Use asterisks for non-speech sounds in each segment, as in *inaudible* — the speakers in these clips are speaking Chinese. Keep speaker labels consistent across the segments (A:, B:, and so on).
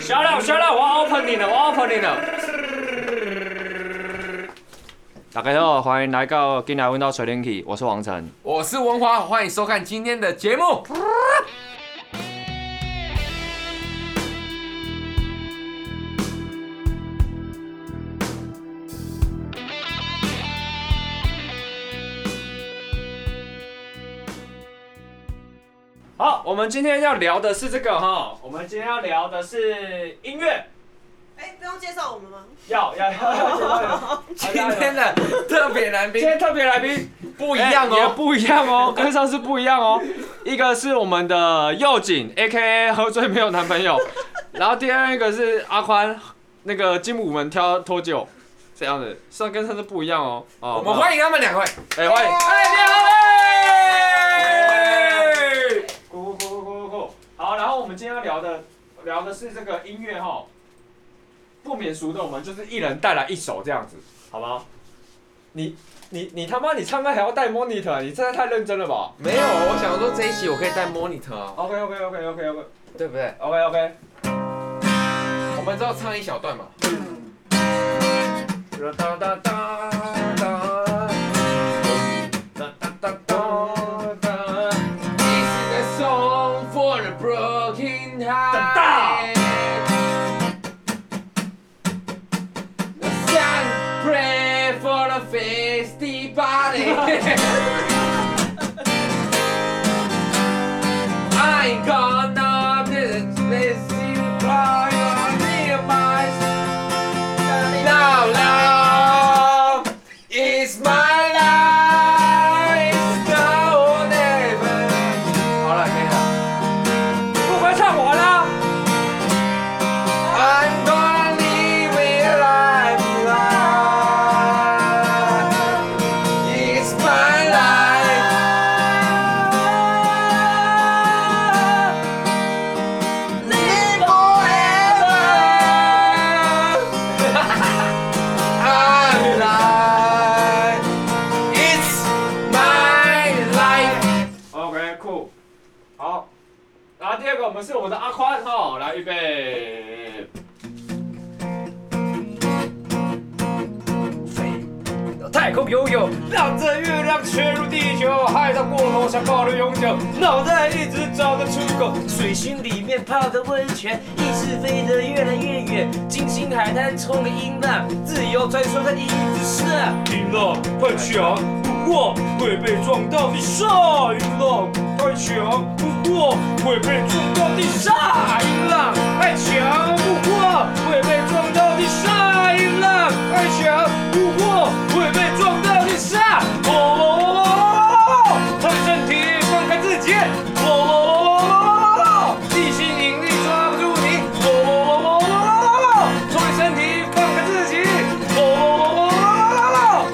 A: Shut up, shut up！我 opening 了，我 opening 了。大家好，欢迎来到《今来问到水电气》，我是王晨。
B: 我是文华，欢迎收看今天的节目。
A: 好，我们今天要聊的是这个哈，我们今天要聊的是音乐，
C: 哎、不用介绍我们吗？
A: 要要要。
B: 今天的特别来
A: 今
B: 宾
A: 天特别来宾
B: *laughs* 不一样
A: 也
B: 哦，
A: 不一样哦， *laughs* 跟上次不一样哦。一个是我们的右景，A K A 喝醉没有男朋友， *laughs* 然后第二个是阿宽，那个金武门挑脱臼，这样的，上跟上次不一样哦。哦，
B: 我们欢迎他们两位。
A: 哎欢迎，哎你好，哎，呼呼呼呼呼，好，然后我们今天要聊的聊的是这个音乐哈，不免俗的，我们就是一人带来一首这样子，好吗？你你你他妈你唱歌还要带 monitor，你真的太认真了吧
B: 没有，我想说这一期我可以带 monitor 啊，
A: ？OK OK OK OK OK
B: 对不对？
A: OK OK，
B: 我们只要唱一小段嘛。
A: 嗯哒哒哒哒哒哒哒哒。
B: This is a song for the broken heart. The sun pray for the thirsty body. *laughs* I ain't gonna miss you cry on my love, love is my life. Now or never. 好了，可以了。
A: 不会唱完啦、
B: I'm gonna live it like life. It's my life. Live forever. I'm alive. It's my life.
A: OK，酷，好。然后第二个，我们是我们的阿宽哈，来预备。太空游泳，绕着月亮圈入地球，海上过后想保留永久，脑袋一直找得出口。
D: 水星里面泡个温泉，意识飞得越来越远。金星海滩冲个音浪，自由穿梭在椅子上。
A: 音浪太
D: 哦
A: 强，不过会被撞到地上。音浪太强，不过会被撞到地上。音浪
D: 哎
A: 太强，不过会被撞到地上。音浪太强，不过会被撞到地上。哦，让身体放开自己。哦，地心引力抓不住你。哦，从你身体放开自己。哦，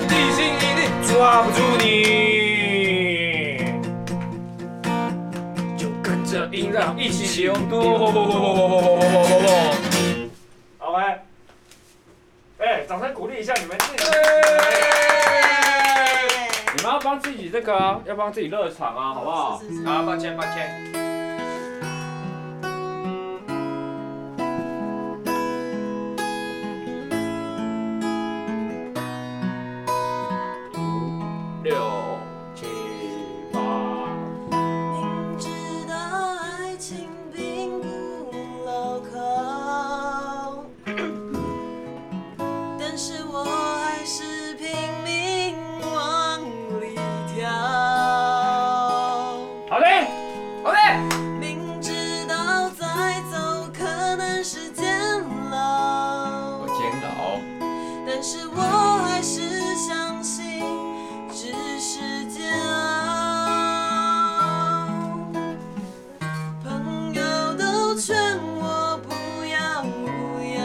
A: 地心引力抓不住你。就跟着音浪一起游动。好嘞，哎，掌声鼓励一下你们自己。你们要帮自己这个啊，要帮自己热场啊，好不好？
C: 是是是
B: 好，抱歉，抱歉。
A: 六七八。
C: 明知道爱情并不牢靠，但是我还是拼命往里跳。
A: 好嘞，好嘞。
C: 明知道再走可能是监牢
B: 我，煎熬。
C: 但是我还是相信只是煎熬。朋友都劝我不要不要，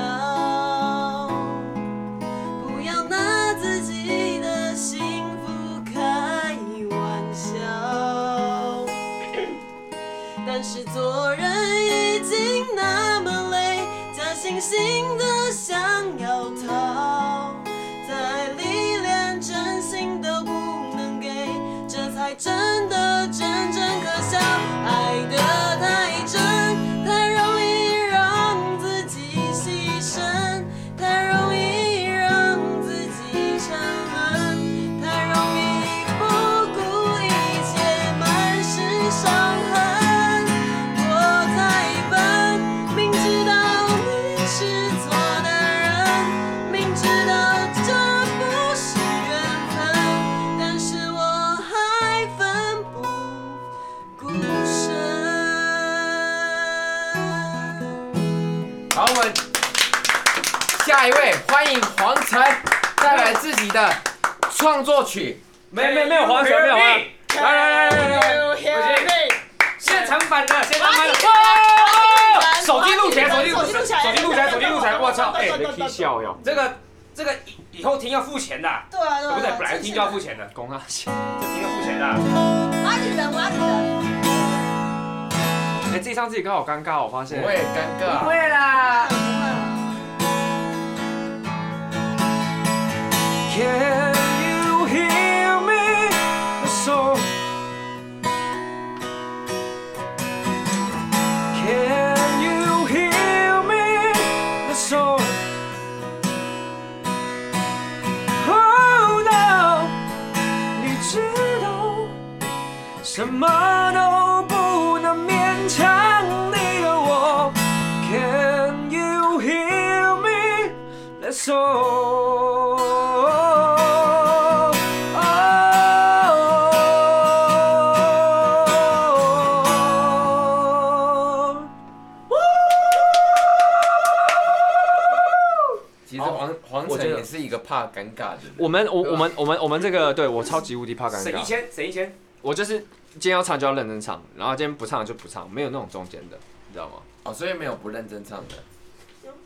C: 不要拿自己的幸福开玩笑。但是做人已经那么累，假惺惺的想要逃，再历练真心都不能给，这才真的真正可笑。爱得太真，太容易让自
B: 好，我们下一位，欢迎黄晨带来自己的创作曲。
A: 没没没有黄泉，没有黄泉。
B: 来来来来来，
C: 我先
A: 现场版的，现场版的，
C: 哇
A: 哇！手机录起来，手机录起来，手机录起来，手机录起来，我操！哎，
C: 对
A: 你
C: 对
A: 听笑哟，这个这个以以后听要付钱的，
C: 对啊对啊，
A: 不对，
C: 对啊
A: 本来听就要付钱的，公啊，这听要付钱的。
C: 挖女人挖女人，
A: 哎，自己唱自己歌好尴尬，我发现
B: 我。也尴尬。
E: 会啦。
A: Can you hear me? The song. Can you hear me? The song. Oh no，你知道，什么都不能勉强你的我。Can you hear me? Let's go. Oh.
B: 其实黄黄
A: 我觉
B: 晨
A: 得
B: 也是一个怕尴尬的人。
A: 我们我我们我们我们这个对我超级无敌怕尴
E: 省一
A: 尬，
E: 千，省一千。
A: 我就是今天要唱就要认真唱，然后今天不唱就不唱，没有那种中间的，你知道吗？
B: 哦，所以没有不认真唱的。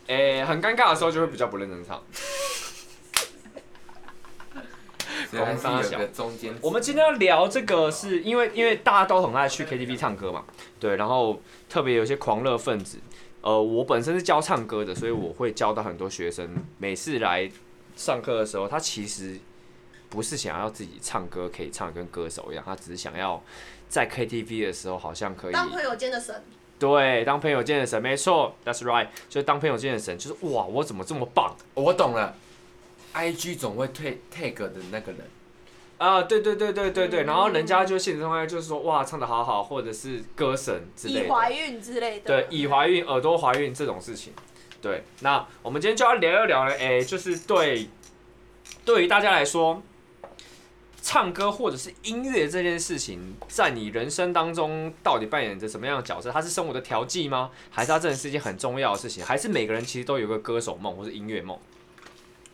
A: 诶、很尴尬的时候就会比较不认真唱。
B: 所以还是
A: 公
B: 有
A: 司大小
B: 个中间值。
A: 我们今天要聊这个是，因为因为大家都很爱去 KTV 唱歌嘛，对，然后特别有一些狂热分子，呃，我本身是教唱歌的，所以我会教到很多学生，每次来上课的时候，他其实不是想要自己唱歌可以唱得跟歌手一样，他只是想要在 KTV 的时候好像可以
C: 当朋友间的神，
A: 对当朋友间的神，没错，That's right，就是当朋友间的神，就是哇，我怎么这么棒
B: 我懂了，IG 总会退 tag 的那个人。
A: 啊、对对对对对对，然后人家就现实中态就是说哇，唱的好好，或者是歌神之类
C: 已
A: 的。
C: 怀孕之类的，
A: 对，已怀孕、耳朵怀孕这种事情。对，那我们今天就要聊一聊呢，哎、就是对，对于大家来说，唱歌或者是音乐这件事情，在你人生当中到底扮演着什么样的角色？它是生活的调剂吗？还是它真的是一件很重要的事情？还是每个人其实都有个歌手梦或是音乐梦？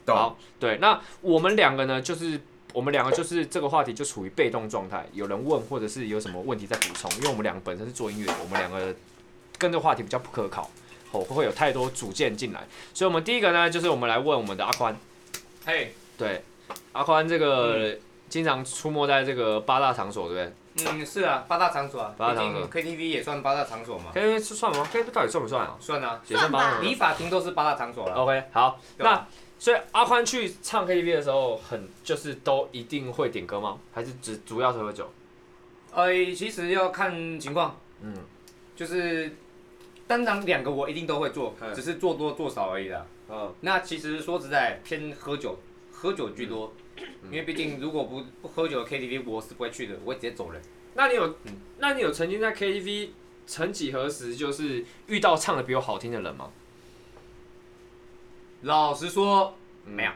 B: 懂。
A: 好，对，那我们两个呢，就是我们两个就是这个话题就处于被动状态，有人问或者是有什么问题在补充，因为我们两个本身是做音乐的，我们两个跟这个话题比较不可靠，哦，会有太多主见进来，所以我们第一个呢，就是我们来问我们的阿宽，
E: 嘿，
A: 对，阿宽这个。经常出没在这个八大场所，对不
E: 嗯，是啊，八大场所啊，
A: 八大场所
E: 毕竟 KTV 也算八大场所嘛，
A: 对？KTV 算吗？KTV 到底算不算啊？哦
E: 算啊，
A: 也算八大场所
E: 理法庭都是八大场所了。
A: OK，好，那
E: 对吧
A: 所以阿宽去唱 KTV 的时候很，就是都一定会点歌吗？还是只主要是喝酒？
E: 呃，其实要看情况，
A: 嗯，
E: 就是当然两个我一定都会做
A: 嗯，
E: 只是做多做少而已啦。
A: 嗯，
E: 那其实说实在，偏喝酒，喝酒居多，
A: 嗯
E: 因为毕竟如果不不喝酒的 KTV 我是不会去的，我会直接走人。
A: 那你有，那你有曾经在 KTV 曾几何时就是遇到唱的比我好听的人吗？
E: 老实说，没有。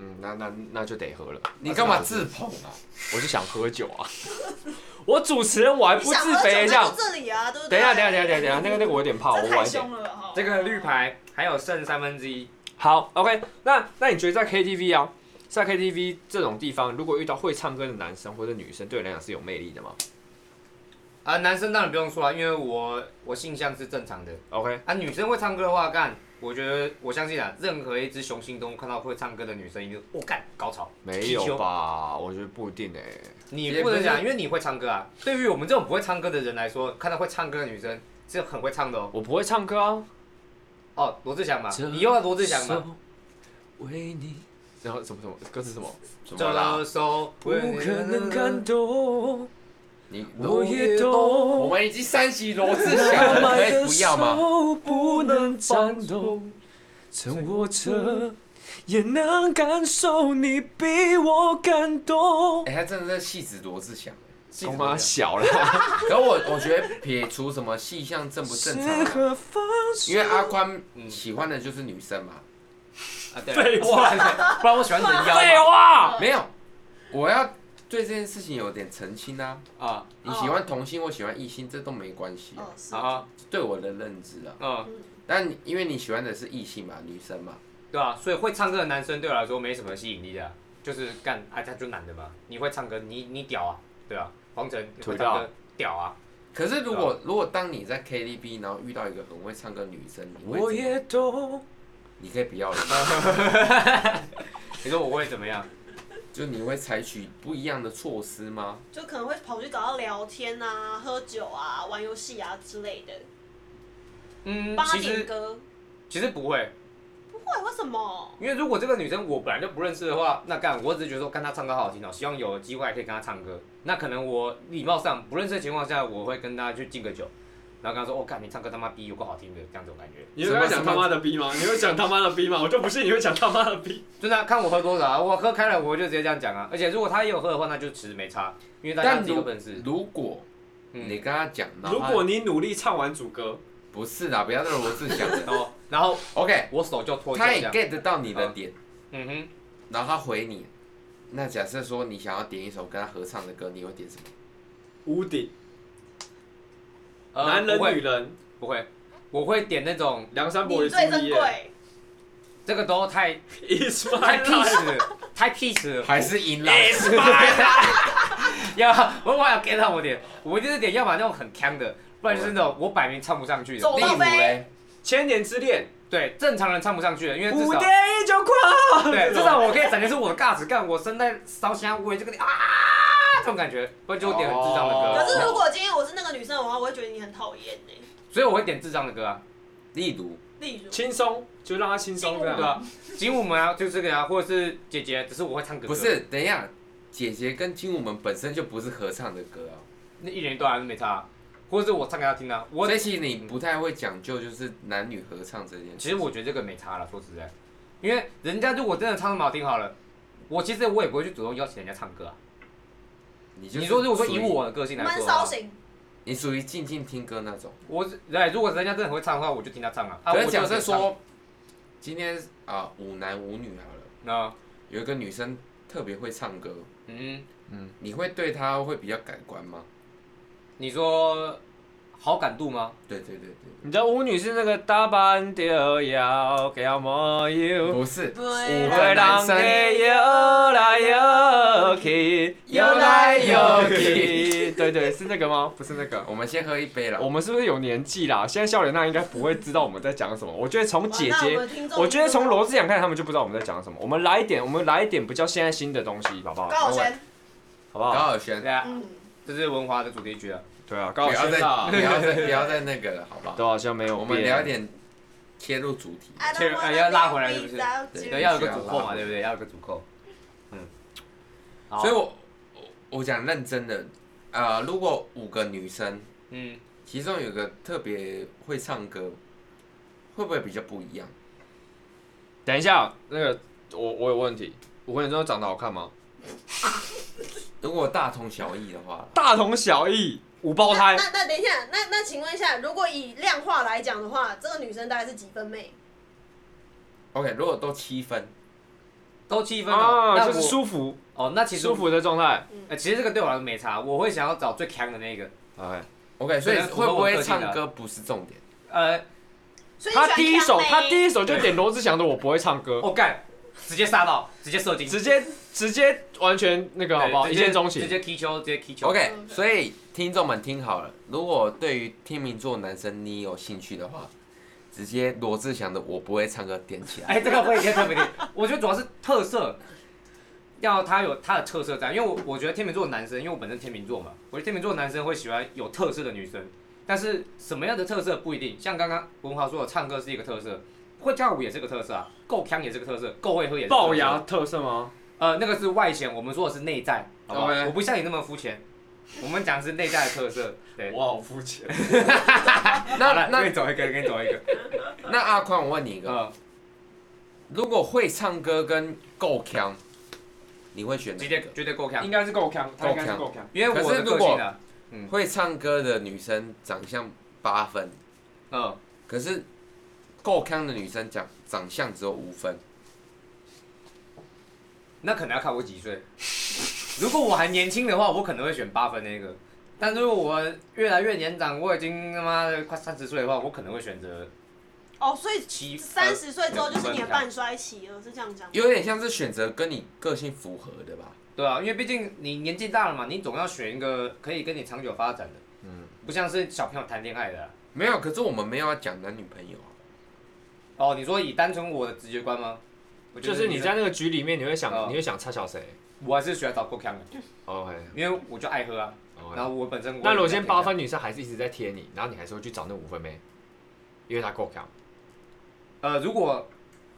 A: 嗯，那那那就得喝了。
B: 你干嘛自捧啊？
A: 我就想喝酒啊！ *laughs* 我主持人我还
C: 你
A: 不
C: 想
A: 自
C: 喝酒
A: 卑一下
C: 就。这里啊，对不
A: 等
C: 对？
A: 一下，等一下，等一下，等一下，那个那个我有点怕，我
C: 这
A: 晚
C: 太
A: 一点。
C: 凶了哈。
E: 这个绿牌还有剩三分之一，
A: 好，OK，那那你觉得在 KTV 啊，在 KTV 这种地方，如果遇到会唱歌的男生或者女生，对你来讲是有魅力的吗
E: 啊、男生当然不用说了，因为我我性向是正常的。
A: ？OK，
E: 啊，女生会唱歌的话，干，我觉得我相信啊，任何一只雄性动物看到会唱歌的女生，一定我哦干高潮。
A: 没有吧？我觉得不一定欸诶、
E: 你不能讲，因为你会唱歌啊。对于我们这种不会唱歌的人来说，看到会唱歌的女生是很会唱的哦。
A: 我不会唱歌啊。
E: 哦，罗志祥嘛，你又要罗志祥嘛？
A: 手为你，然后什么什么歌词什么？
B: 怎
E: 这
B: 么啦？
E: 手不
A: 不可能感动，
B: 你
A: 我也
B: 我
A: 懂。
B: 们已经三级罗志祥了，可
A: 哎
B: 以不要吗？
A: 手不能颤抖，趁我这也能感受你比我感动。
B: 哎，他真的在戏子罗志祥。哎
A: 他妈小了，
B: 可我我觉得撇除什么戏像正不
A: 适
B: 正常啊，
A: 合放手
B: 因为阿宽
A: 嗯
B: 喜欢的就是女生嘛。
E: 啊，对，
A: 废话，
E: 不然我喜欢人
A: 废
E: 妖
A: 话，
B: 没有，我要对这件事情有点澄清啊。
E: 嘛啊
B: 你喜欢同性，我喜欢异性，这都没关系啊、
C: 哦，是
E: 啊
B: 对我的认知啊。
E: 啊！
C: 嗯
B: 那你因为你喜欢的是异性嘛，女生嘛，
E: 对啊，所以会唱歌的男生对我来说没什么吸引力的啊，就是干啊，他就男的嘛。你会唱歌，你你屌啊，对啊，黄晨你会
B: 土
E: 唱
B: 豆
E: 歌屌啊，
B: 可是如果如果当你在 KTV，然后遇到一个很会唱歌的女生，你会
E: 我也懂。
B: 你可以不要了，
E: 你说我会怎么样？
B: 就你会采取不一样的措施吗？
C: 就可能会跑去找他聊天啊、喝酒啊、玩游戏啊之类的，
E: 嗯，
C: 帮他
E: 其
C: 点
E: 实
C: 歌。
E: 其实不会，
C: 不会，为什么？
E: 因为如果这个女生我本来就不认识的话，那干我只是觉得说，干她唱歌好好听哦，希望有机会还可以跟她唱歌。那可能我礼貌上不认识的情况下，我会跟她去敬个酒，然后跟她说，哦，干你唱歌他妈逼有个好听的，这样子我感觉。
A: 你会跟他讲他妈的逼吗？你会讲他妈的逼吗？我就不信你会讲他妈的逼。
E: 就是啊，看我喝多少啊，我喝开了我就直接这样讲啊。而且如果他也有喝的话，那就其实没差，因为大家
B: 但
E: 自己
B: 如
E: 有本事。
B: 如果
E: 嗯
B: 你跟他讲，然后
A: 如
B: 他
A: 果你努力唱完主歌，
B: 不是啦，不要再罗志祥了
E: *laughs* 然后，嗯然后
B: OK，
E: 我手就脱掉
B: 他
E: 这
B: 也
E: 样。
B: get 到你的点，
E: 嗯哼，
B: 然后他回你。那假设说你想要点一首跟他合唱的歌，你会点什么？
A: 屋顶
E: 呃
A: 男人
E: 不会
A: 女人，
E: 不会，我会点那种
A: 梁山伯
C: 你
A: 与朱
C: 最珍
A: 丽叶
C: 贵，
E: 这个都太
A: ，Is
E: 太
A: my life。
E: peace 了，太 peace 了。
B: 还是赢了？
E: It's my life 要我我要 get 到我点，我就是点要么那种很强的，不然就是那种我摆明唱不上去
B: *laughs*
E: 的 *laughs*
C: 走。
B: 第
C: 到
B: 五嘞
C: 飞，
A: 千年之恋，
E: 对，正常人唱不上去的，因为至
A: 五
E: 少
A: 点依旧狂。
E: 对，至少我可以展现出我的尬子，干我身在烧香，我也就跟你啊这种感觉，不然就点很智障的歌。
A: 哦
E: 啊
C: 可是如果今天我是那个女生的话，我会觉得你很讨厌呢。
E: 所以我会点智障的歌啊，
B: 例如
C: 例如，
A: 轻松，就让他轻松这
E: 对
A: 样。
E: 吧、精武门啊，就是这个啊，或者是姐姐，只是我会唱歌。
B: 不，是，等一下，姐姐跟精武门本身就不是合唱的歌啊，
E: 那一人一段还是没差、啊，或者是我唱给她听啊。我
B: 所以其实你不太会讲究就是男女合唱这件事。
E: 其实我觉得这个没差了，说实在，因为人家如果真的唱那么好听好了，我其实我也不会去主动邀请人家唱歌啊。
B: 你就是
E: 你说如果说
B: 属
E: 以
B: 于
E: 我的个性来
C: 闷
E: 说的
C: 骚
E: 话，
C: 型，
B: 你属于静静听歌那种，
E: 我是对，如果人家真的很会唱的话，我就听他唱啊。啊
B: 可是
E: 我这
B: 假
E: 样
B: 设
E: 子唱
B: 说今天啊五男五女好了，
E: 那
B: 有一个女生特别会唱歌，
E: 啊嗯，
B: 嗯，你会对她会比较改观吗？
E: 你说好感度吗？
B: 对对对对，
A: 你知道舞女是那个大半吊腰，给我摸腰。
B: 不是，
C: 不
B: 五
C: 会
B: 个男
A: 让
B: 生
A: 你游来游去，游来游去。对对，是那个吗？不是那个。
B: 我们先喝一杯了
A: 我。们是不是有年纪啦？现在笑脸那应该不会知道我们在讲什么。我觉得从姐
C: 哇那
A: 姐
C: 们，听众
A: 我觉得从罗志祥开始，他们就不知道我们在讲什么。我们来一点，我们来一点比较现在新的东西，好不好？
C: 高晓轩，
A: 好不
B: 高
A: 好？
B: 晓轩，
E: 对啊，
C: 嗯，
E: 这是文华的主题曲啊。
A: 对啊，高
B: 不
A: 晓
B: 要
A: 轩
B: 再
A: 啦
B: 不，要再不要再那个了，好不好？
A: 都好像没有变。
B: 我们聊一点切入主题。
C: I don't
E: 确认
C: wanna
E: 哎要拉回来
C: be
E: 是不是
C: without
B: 对
C: you
E: 对，要有个
A: 啊
E: 主扣嘛，对不对？要有个主扣。嗯，好
B: 所以我我我讲认真的，呃，如果五个女生，
E: 嗯，
B: 其中有个特别会唱歌，会不会比较不一样？
A: 等一下，那个我我有问题，五个女生都长得好看吗？
B: 如果大同小异的话，
A: 大同小异，五胞
C: 那
A: 胎。
C: 那那等一下，那那请问一下，如果以量化来讲的话，这个女生大概是几分妹？
B: OK，如果都七分，
E: 都七分哦，
A: 啊，
E: 那
A: 就是
E: 我
A: 舒服，
E: 哦，那其实
A: 舒服的状态。
E: 哎，其实这个对我来说没差，我会想要找最强的那个。
A: 哎，
B: OK，所以
E: 对那符合
B: 会不
E: 我
B: 会
E: 个性的
B: 唱歌不是重点？
E: 呃，
C: 所以你喜
A: 他
C: 欢
A: 第一首，
C: 强妹
A: 他第一首就点罗志祥的《我不会唱歌》，
E: 我哦干，直接杀到，直接射 *laughs* 精，
A: 直接直接完全那个好不好？
E: 对
A: 一
E: 直接
A: 见钟
E: 直
A: 情。
E: 接踢球，直接踢球。
B: OK，
C: OK
B: 所以听众们听好了，如果对于天秤座男生你有兴趣的话，直接罗志祥的《我不会唱歌》点起来。
E: *laughs* 哎，这个会先特别点，我觉得主要是特色，要他有他的特色在，因为我我觉得天秤座的男生，因为我本身天秤座嘛，我觉得天秤座的男生会喜欢有特色的女生，但是什么样的特色不一定，像刚刚文华说的，唱歌是一个特色，会跳舞也是个特色啊，够强也是个特色，够会喝也是个特色
A: 龅牙，特色吗？
E: 呃，那个是外显，我们说的是内在，好不好
A: OK
E: 我不像你那么肤浅，我们讲的是内在的特色，对。
A: 我好肤浅。
E: 好
B: 那
E: 了，
B: 那
E: 给你走一个，给你走一个。
B: 那阿宽，我问你一个，
E: 呃，
B: 如果会唱歌跟够强，你会选哪
E: 直
B: 一个
E: 接？绝对够强
A: 应，该是够强，他应该是
B: 够
A: 够强。
E: 因为我的个性啊，
B: 会唱歌的女生长相八分，
E: 嗯，
B: 可是够康的女生长长相只有五分。
E: 那可能要看我几岁。如果我还年轻的话，我可能会选八分那个。但如果我越来越年长，我已经他妈的快三十岁的话，我可能会选择
C: 哦，所以
E: 七
C: 三十岁之后就是你的半衰期了，是这样讲吗。
B: 有点像是选择跟你个性符合的吧。
E: 对啊，因为毕竟你年纪大了嘛，你总要选一个可以跟你长久发展的，
B: 嗯，
E: 不像是小朋友谈恋爱的啊、
B: 没有，可是我们没有要讲男女朋友啊。
E: 哦，你说以单纯我的直觉观吗？我觉
A: 就
E: 得
A: 是你在那个局里面，你会想
E: 哦，
A: 你会想插小谁
E: 我还是喜欢找够强的，
A: ？OK，
E: 因为我就爱喝啊。然后我本身我也
A: 哦
E: 啊
A: 那如果今天
E: 比较
A: 八
E: 偏
A: 分女生还是一直在贴你，然后你还是会去找那五分妹，因为她够强。
E: 向，呃，如果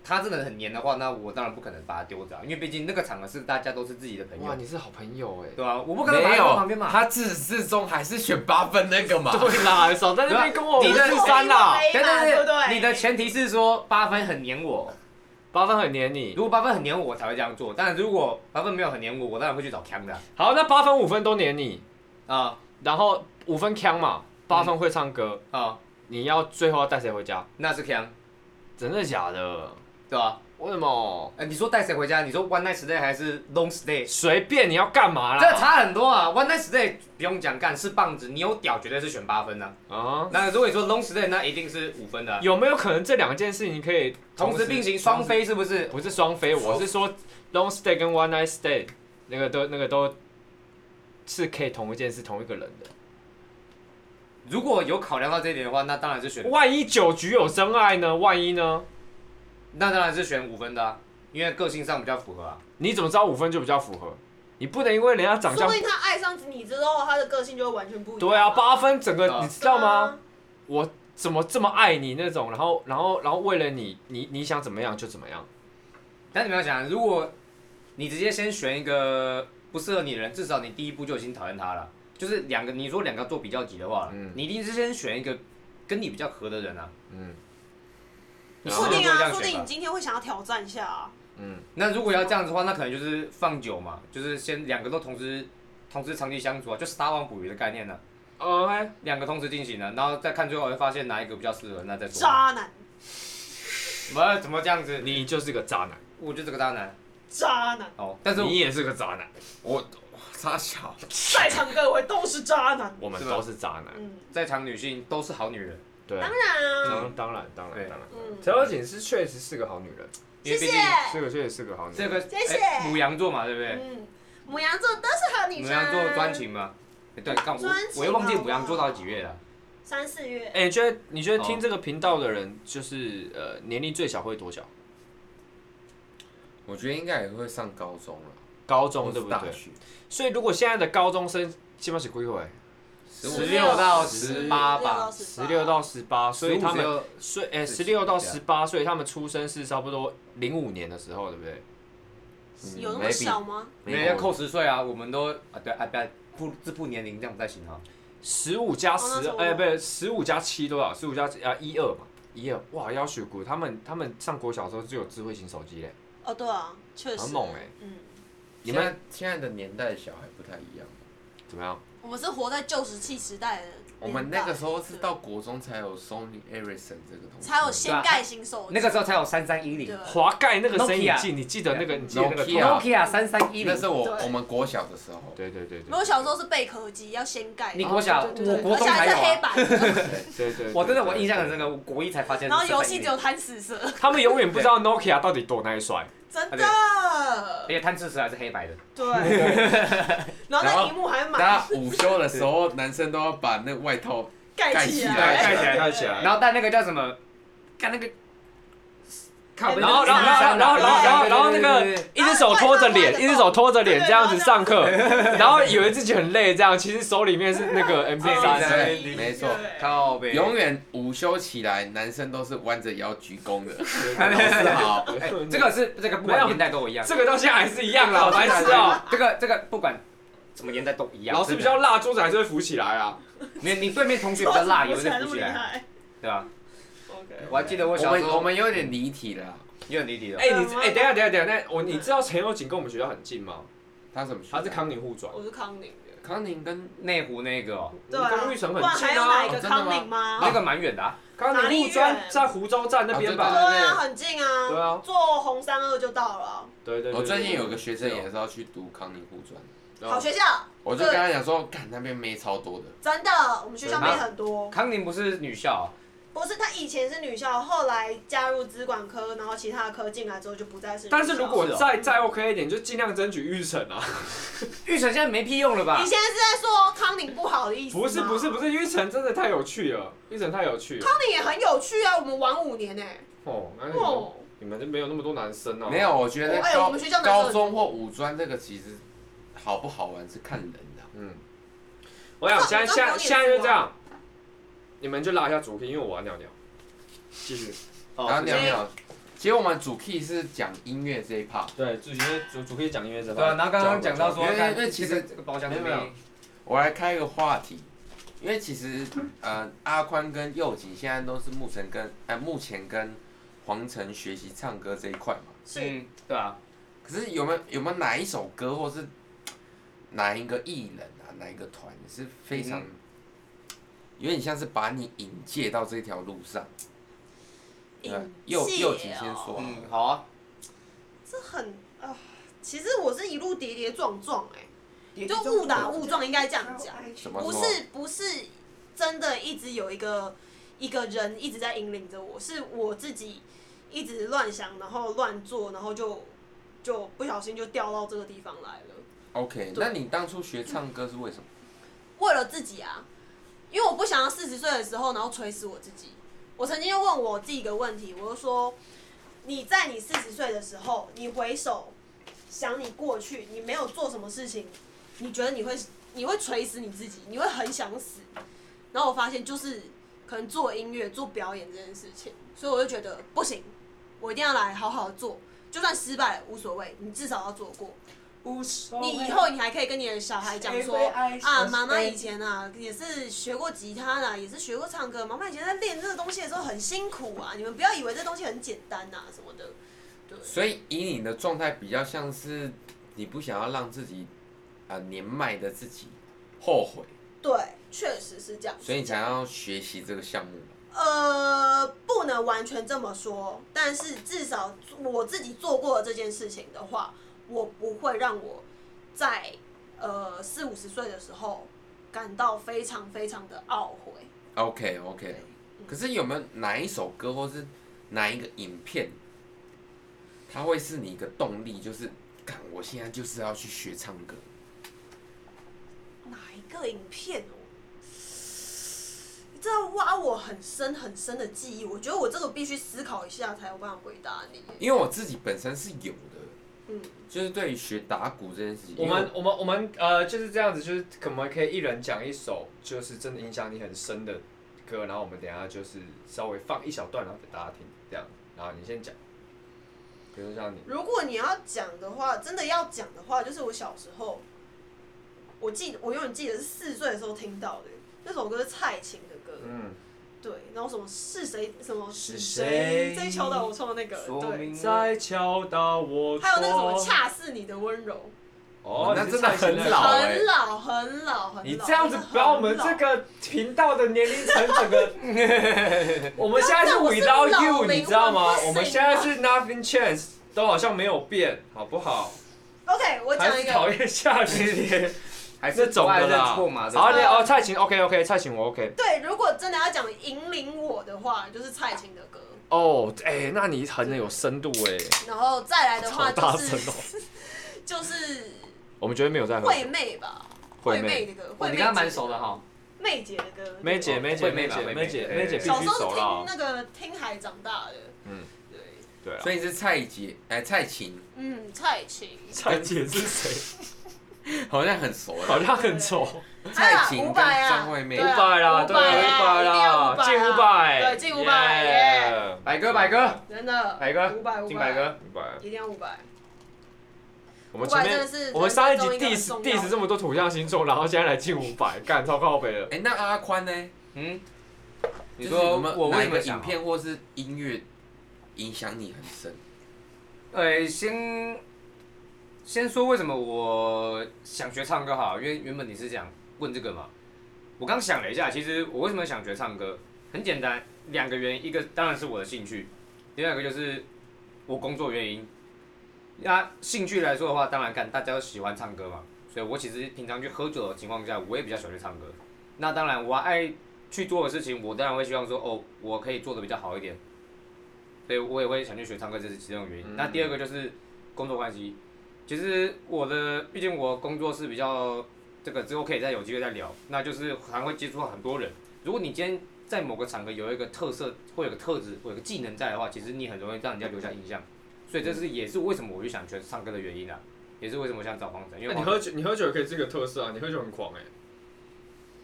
E: 他真的很黏的话，那我当然不可能把他丢着、啊，因为毕竟那个场合是大家都是自己的朋
A: 哇，
E: 友，
A: 你是好朋友哎。
E: 对啊，我不可能把
B: 没
E: 他
B: 有
E: 放旁边，嘛。
B: 他自始至终还是选八分那个嘛。
A: *laughs* 对啦，少在那边跟我
E: *laughs* 你的
A: 是三啦。
E: 对
C: 对
E: 对
C: 不对？
E: 你的前提是说八分很黏我，
A: 八分很黏你
E: 如。果八分很黏我，我才会这样做。但如果八分没有很黏我，我当然会去找强的啊
A: 好，那八分五分都黏你，
E: 啊
A: 然后五分强嘛，八分会唱歌，
E: 啊，
A: 你要最后要带谁回家？
E: 那是强，
A: 真的假的？
E: 对吧？
A: 为什么？
E: 呃，你说带谁回家？你说 one night stay 还是 long stay？
A: 随便你要干嘛
E: 这
A: 啦？
E: 差很多啊！One night stay 不用讲，干是棒子，你有屌绝对是选八分的、啊。
A: 啊，
E: 那如果你说 long stay，那一定是五分的啊、
A: 有没有可能这两件事情可以
E: 同时并行，双？飞是不是？
A: 不是双飞，我是说 long stay 跟 one night stay 那个都那个都是可以同一件事同一个人的。
E: 如果有考量到这一点的话，那当然是选，
A: 万一酒局有真爱呢？万一呢？
E: 那当然是选五分的、啊，因为个性上比较符合啊。
A: 你怎么知道五分就比较符合？你不能因为人家长
C: 说
A: 相
C: 不定他爱上你之后，他的个性就会完全不一样。
A: 对啊，八分整
E: 对
A: 个
E: 啊
A: 你知道吗？？我怎么这么爱你那种，然后然后然后为了你，你你想怎么样就怎么样。
E: 但你们要想，如果你直接先选一个不适合你的人，至少你第一步就已经讨厌他了。就是两个，你说两个做比较级的话，
A: 嗯
E: 你一定是先选一个跟你比较合的人啊。
A: 嗯
E: 你
C: 说不定
E: 是会这
C: 啊，
E: 样
C: 说不
E: 选
C: 定
E: 吧
C: 你今天会想要挑战一下啊。
A: 嗯，
E: 那如果要这样子的话，那可能就是放酒嘛，就是先两个都同时同时长期相处啊，就撒网捕鱼的概念呢、啊
A: 哦、哎，
E: 两个同时进行的、然后再看最后会发现哪一个比较适合，那再说。
C: 渣男，
E: 怎么怎么这样子？
A: 你就是个渣男，
E: 我就是个渣男
C: 渣男，
E: 哦，但是
A: 你也是个渣男，
B: 我傻小，
C: 在场各位都是渣男。
A: 我们
E: 是吧
A: 都是渣男。
C: 嗯，
E: 在场女性都是好女人，
A: 对，
C: 当然啊，
A: 当当然当
E: 对
A: 然当然。
C: 嗯，
A: 陈小姐是确实是个好女人，
E: 因为毕
C: 谢谢。
E: 竟
A: 这个确实是个好女人。
E: 这个
C: 谢谢
E: 哎母羊座嘛，对不对？
C: 嗯，母羊座都是好女
E: 母
C: 生。
E: 羊座专情嘛，哎对，看我
C: 专情啊
E: 我又忘记
C: 好不好
E: 母羊座到几月了。
C: 三四月，
A: 哎、你觉得你觉得
E: 哦
A: 听这个频道的人，就是、呃年龄最小会多小？
B: 我觉得应该也会上高中了，
A: 高中
B: 或
A: 对
B: 是
A: 不
B: 大
A: 对？
B: 学。
A: 所以如果现在的高中生，基本上是归位，
E: 十
C: 六
E: 六到十八吧，
A: 十六到十八，所以他们
E: 15
A: 所以哎
E: 是
A: 十六到
E: 对啊
A: 十八岁，他们出生是差不多零五年的时候，对不对？
C: 有那么小吗？
E: 没有要扣十岁啊，我们都啊对啊不要不自不年龄这样不太行啊哈。
A: 十五加
C: 哦那
A: 十
C: 差不，多
A: 哎，不是十五加七多少？十五加啊一二嘛，一二哇，要学古，他们他们上国小的时候就有智慧型手机嘞，
C: 哦，对啊，确实
A: 很。猛哎！
C: 嗯，
A: 你
B: 你
A: 们
B: 们现在的年代小孩不太一样，
A: 怎么样？
C: 我们是活在旧石器时代的年代，
B: 我们那个时候是到国中才有 Sony Ericsson 这个东西，
C: 才有掀盖型手机，
E: 那个时候才有三三一零
C: 哦对啊
A: 滑盖那个声音
E: Nokia
A: 记，你记得那个，你记得那个
B: Nokia
A: 头？
E: ，Nokia 三三一
B: 那
E: 零。
B: 是我
C: 对
B: 我们国小的时候。
A: 对对对
C: 没
A: 对
C: 有小时候是贝壳机要掀盖，
E: 你国小，
A: 哦对对
E: 我
A: 对
E: 国
C: 而且
E: 中
C: 还
E: 才
C: 是
E: 有
C: 黑
E: 啊。
C: 板，
A: 对对，
E: 我真的我
A: 对
E: 印象很深刻，我国一才发现。
C: 然后游戏只有，贪死蛇，
A: 他们永远不知道 Nokia 到底多耐摔。
C: 真
E: 对
C: 的
E: 而，且贪吃蛇还是黑白的。
C: 对。然
B: 然
C: 后那
B: 后
C: 屏幕还
B: 大
C: 满
B: 家午休的时候，男生都要把那外套
C: 盖
B: 起
C: 来
B: 来，
A: 盖起来盖起来
E: 然后但那个叫什么，看那个，靠
C: 哎
A: 然后，然后，然后，然后，然后，然后，然后那个一只手拖着脸，一只手拖着脸这样子上课，然后以为自己很累，这样其实手里面是那个 MP
E: 对
A: 三。
E: 对
B: 对没错
C: 对
E: 靠背，
B: 永远午休起来，男生都是弯着腰鞠躬的。老师好，
E: 哎这个是这个不管年代都一样，
A: 这个到现在还是一样啦，白痴啊！
E: 这个这个不管什么年代都一样。
A: 老师比较辣，桌子还是会浮起来啊。
E: 你你对面同学比较辣，有
C: 起来
E: 点
C: 那
E: 浮
C: 么
E: 起
C: 厉
E: 来，
C: 害。
E: 对吧？
C: OK，
E: 我还记得我
B: 我
E: 小时
B: 们
E: 候
B: 我们有点离题了。
E: 有点离哦题了
A: 哎，，你哎，等一下，等一下，等一下，那我你知道陈友锦跟我们学校很近吗？
B: 他什么学校？
A: 他是康宁护专，
C: 我是康宁的，
B: 康宁跟
E: 内湖那个哦
C: 对啊，
A: 公寓城很
C: 不然
A: 近
C: 还有哪
A: 啊
C: 一。个
B: 真的
C: 康
B: 吗
C: 宁吗？
E: 那个蛮远的啊，
A: 康宁护专在湖州站那边吧？
C: 对啊，很近啊，
A: 对啊
C: 坐红山二就到了。
A: 对对。
B: 我最近有个学生也是要去读康宁护专，
C: 好学校，
B: 我就跟他讲说，干那边妹超多的，
C: 真的，我们学校
E: 对
C: 妹很多。
E: 康宁不是女校哦，
C: 不是，她以前是女校，后来加入资管科，然后其他的科进来之后就不再是女校。
A: 但是如果再再 OK 一点，就尽量争取预审啊。
E: 玉成现在没屁用了吧
C: 你？现在是在说康宁不好的意思吗
A: 不是不是不是，玉成真的太有趣了，玉成太有趣了。
C: 康宁也很有趣啊，我们玩五年呢、
A: 哦，那你们、
C: 哦，
A: 你们就没有那么多男生哦、
B: 没有，我觉得
C: 哎我
B: 高
C: 们学校男生
B: 高中或五专这个其实好不好玩是看人的啊。
A: 嗯，我想现在现在现在就这样，你们就拉一下主题，因为我要尿尿。继续，
B: 然后
E: 哦，
B: 尿尿，其实我们主 key 是讲音乐这一 part。
A: 对，主题主主可以讲音乐这
E: 对啊，然后刚刚讲到说，
B: 因为
E: 看
B: 因为其实
E: 这个这个包厢里
B: 没有没
E: 面
B: 有，我来开个话题，因为其实呃，阿宽跟佑景现在都是目前跟呃目前跟黄晨学习唱歌这一块嘛。
C: 是
E: 嗯，对啊，
B: 可是有没有有没有哪一首歌，或是哪一个艺人啊，哪一个团是非常、有点像是把你引介到这条路上？
C: 引
B: 呃佑
C: 介
B: 佑景先
C: 哦
B: 说好了，
E: 嗯，好啊，
C: 这很啊、其实我是一路跌跌撞撞哎、就误打误撞，应该这样讲，
B: 什么
C: 不
B: 什么
C: 是不是真的一直有一个一个人一直在引领着我，是我自己一直乱想，然后乱做，然后就就不小心就掉到这个地方来了。
B: ？OK，
C: 对
B: 那你当初学唱歌是为什么？
C: 为了自己啊，因为我不想要四十岁的时候然后锤死我自己。我曾经就问我自己一个问题，我就说，你在你四十岁的时候，你回首想你过去，你没有做什么事情，你觉得你会你会锤死你自己，你会很想死。然后我发现就是可能做音乐、做表演这件事情，所以我就觉得不行，我一定要来好好做，就算失败无所谓，你至少要做过。
E: 哦
C: 你以后你还可以跟你的小孩讲说啊，妈妈以前啊也是学过吉他啦，也是学过唱歌，妈妈以前在练这个东西的时候很辛苦啊，你们不要以为这东西很简单呐、啊什么的。对，
B: 所以以你的状态比较像是你不想要让自己啊、呃年迈的自己后悔，
C: 对，确实是这样。
B: 所以你想要学习这个项目嘛。
C: 呃，不能完全这么说，但是至少我自己做过的这件事情的话，我不会让我在呃四五十岁的时候感到非常非常的懊悔。
B: OK OK，可是有没有哪一首歌或是哪一个影片，它会是你一个动力，就是干，我现在就是要去学唱歌。
C: 哪一个影片哦？你这要挖我很深很深的记忆，我觉得我这个必须思考一下才有办法回答你。
B: 因为我自己本身是有的，
C: 嗯，
B: 就是对于学打鼓这件事情，
A: 我
B: 因为
A: 们我们我们呃就是这样子，就是可能可以一人讲一首，就是真的影响你很深的歌，然后我们等一下就是稍微放一小段，然后给大家听，这样，然后你先讲，比如说像你，
C: 如果你要讲的话，真的要讲的话，就是我小时候，我记我永远记得是四岁的时候听到的那首歌是蔡琴的歌，
A: 嗯，
C: 对，然后什么是谁什么
A: 是谁
C: 这一敲到我唱的那个，
E: 说
C: 对，
E: 明 *laughs*
A: 再敲打我
C: 还有那个什么恰似你的温柔，
A: 哦，
B: 那
A: 你是
B: 真
A: 蔡
B: 的
A: 琴
B: 很
A: 那个
B: 老欸
C: 很老很老很老，
A: 你这样子
C: 真的很
A: 把我们
C: 老
A: 这个频道的年龄层整个，我们现在是 without
C: 老
A: you，
C: 龄
A: 你知道
C: 我
A: 吗
C: 不？行啊
A: 我们现在是 nothing chance，都好像没有变，好不好？
C: OK，我
A: 还
C: 讲一
A: 是
C: 个，
A: 讨厌下雨天
B: 还是
A: 这种的啦。
E: 不爱认错嘛这
A: 好，
E: 种
A: 你哦，蔡琴 OK OK，蔡琴我 OK。
C: 对，如果真的要讲引领我的话，就是蔡琴的歌，
A: 哦，哎，那你很有深度哎，
C: 然后再来的
A: 好
C: 话
A: 大
C: 就
A: 声
C: 是、
A: 哦。
C: 就是
A: 我们绝对没有在喝酒。
C: 惠妹吧，
A: 惠
C: 惠
A: 妹
C: 妹的歌，
E: 哦，
C: 惠妹
E: 你跟他蛮
C: 姐
E: 熟的哈，
C: 妹姐的歌，
A: 梅姐，
E: 哦
A: 梅姐，
E: 惠妹
A: 梅
E: 吧
A: 姐，
E: 惠妹
A: 梅姐，
E: 对
A: 梅姐必
E: 对
A: 须
C: 小时候
A: 熟
C: 是听
A: 了。
C: 那个听海长大的，
A: 嗯
C: 对，
A: 对啊
B: 所，以是蔡姐哎蔡琴，
C: 嗯，蔡琴，
A: 蔡姐是谁？
B: 好像很熟
A: 好
B: 了。
A: 像很熟。
B: 蔡琴
C: 五
B: 跟
C: 百啊，
B: 张惠妹
C: 对啊
A: 五百啦
C: 500
A: 对啊500啦
C: 一定要500啊
A: 进500
C: 对，进五百，耶，
E: 百哥百哥，
C: 真的，
E: 百哥
C: 五百，五
E: 进百，哥，
A: 五百。
C: 一定要五百，
A: 我们前
C: 500真的
A: 面
C: 是
A: 我们上一集
C: 人生中一个
A: diss
C: 很重要
A: diss 这么多土象星座，然后现在来进五百，干超靠北了。
B: 哎，那阿宽呢？
E: 嗯，你
B: 就是有
E: 说
B: 没有
E: 我
B: 哪
E: 为
B: 一个
E: 什么
B: 影
E: 想
B: 片或是音乐影响你很深？
E: 呃，先先说为什么我想学唱歌好，因为原本你是想问这个嘛。我刚想了一下，其实我为什么想学唱歌，很简单，两个原因，一个当然是我的兴趣，第二个就是我工作原因。那兴趣来说的话，当然看大家都喜欢唱歌嘛，所以我其实平常去喝酒的情况下，我也比较喜欢去唱歌。那当然，我爱去做的事情，我当然会希望说，哦，我可以做的比较好一点，所以我也会想去学唱歌，这是其中的原因。
A: 嗯
E: 那第二个就是工作关系，其实我的，毕竟我工作是比较这个之后可以再有机会再聊，那就是还会接触到很多人。如果你今天在某个场合有一个特色，或有个特质，或有个技能在的话，其实你很容易让人家留下印象。所以这是也是为什么我就想去唱歌的原因啊，也是为什么我想找黄晨，因
A: 那
E: 为
A: 你
E: 黄
A: 喝酒，你喝酒也可以是个特色啊！你喝酒很狂哎、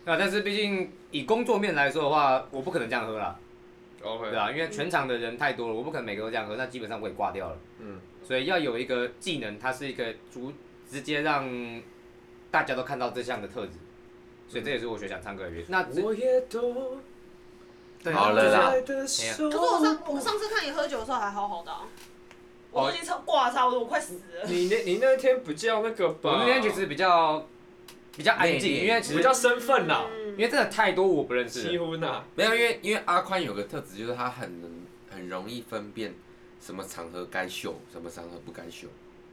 E: 那但是毕竟以工作面来说的话，我不可能这样喝啦。
A: OK，
E: 对啊，因为全场的人太多了，我不可能每个都这样喝，那基本上我也挂掉了。
A: 嗯，
E: 所以要有一个技能，它是一个足直接让大家都看到这项的特质，所以这也是我学想唱歌的原因。那这
A: 我也懂。
E: 对
B: 好了啦
A: 爱的手
C: 可是我上我上次看你喝酒的时候还好好的、啊，我都已经
E: 哦
C: 差挂差不多，我快死了。
A: 你那，你那天不叫那个吧？
E: 我那天其实比较比较安静，
B: 内敛
E: 因为其
A: 不
E: 实
A: 叫身份啦、
E: 因
C: 嗯
E: 为真的太多我不认识
A: 七
E: 的，
A: 婚呐、
B: 没有，因为因为阿宽有个特质，就是他很能很容易分辨什么场合该秀，什么场合不该秀。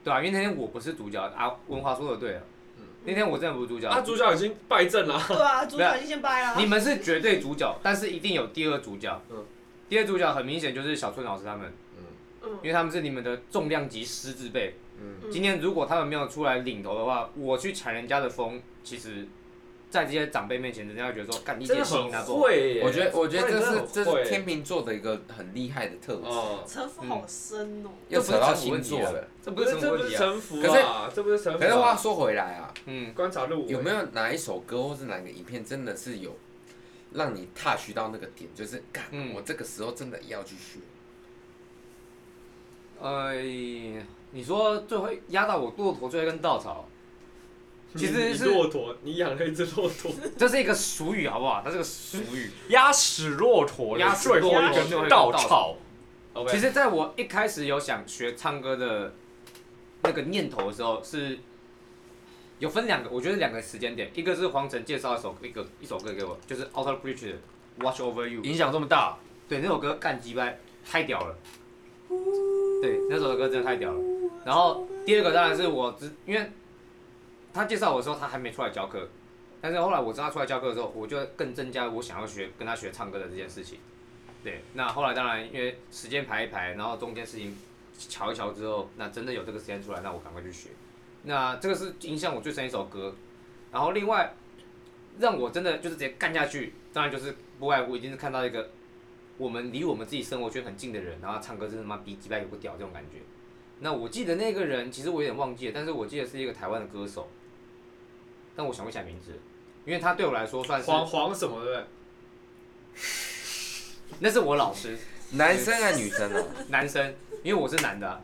E: 对啊，因为那天我不是主角啊，文华说的对啊
A: 嗯，
E: 那天我真的不是主角
A: 啊，，主角已经败阵了。
C: 对啊，主角已经先掰了。
E: 你们是绝对主角，但是一定有第二主角
A: 嗯。
E: 第二主角很明显就是小春老师他们，
C: 嗯
E: 因为他们是你们的重量级师字辈。
A: 嗯
C: 嗯
E: 今天如果他们没有出来领头的话，我去抢人家的风，其实，在这些长辈面前，人家会觉得说，干你
A: 真
E: 姐
A: 的
E: 心
A: 很
E: 拿走。
A: 会耶、
B: 我觉得我觉得这是这是天
A: 天
B: 秤座的一个很厉害的特质，
A: 哦，
C: 城
E: 嗯
C: 府好深哦、
B: 又扯到星座了。
E: 这不
A: 不
E: 是
A: 是
E: 什么
A: 这不
E: 问
A: 是
E: 题啊。
A: 城府啊，这不是城府、啊。
B: 可是话说回来啊，
E: 嗯，
A: 观察入围
B: 有没有哪一首歌或是哪个影片真的是有让你 touch 到那个点，就是干、
E: 嗯
B: 我这个时候真的要去学。
E: 呃，你说最后压到我骆驼最后一根稻草，其
A: 你
E: 实
A: 你
E: 是
A: 骆驼，你养了一只骆驼，
E: 这是一个俗语好不好？它是个俗语。
A: 压死骆驼
E: 压死
A: 最后
E: 骆
C: 驼
A: 一
E: 最后一
A: 根
E: 根
A: 稻
E: 稻
A: 草
E: 草。
A: OK，
E: 其实，在我一开始有想学唱歌的那个念头的时候，是有分两个，我觉得两个时间点，一个是黄晨介绍一首一个一首歌给我，就是 Outer Bridge 的《Watch Over You》，
A: 影响这么大，
E: 对，那首歌干鸡掰，太屌了。对，那首歌真的太屌了。然后第二个当然是我知，因为他介绍我的时候，他还没出来教课，但是后来我知道他出来教课的时候，我就更增加我想要学跟他学唱歌的这件事情。对，那后来当然因为时间排一排，然后中间事情瞧一瞧之后，那真的有这个时间出来，那我赶快去学。那这个是影响我最深一首歌，然后另外让我真的就是直接干下去，当然就是不外乎一定是看到一个我们离我们自己生活圈很近的人，然后唱歌真的妈逼鸡巴有个屌这种感觉。那我记得那个人，其实我有点忘记了，但是我记得是一个台湾的歌手，但我想不起来名字了，因为他对我来说算是
A: 黄黄什么对不对？
E: 那是我老师，
B: 男生啊，女
A: *laughs*
B: 生啊，
E: 男生，因为我是男的啊、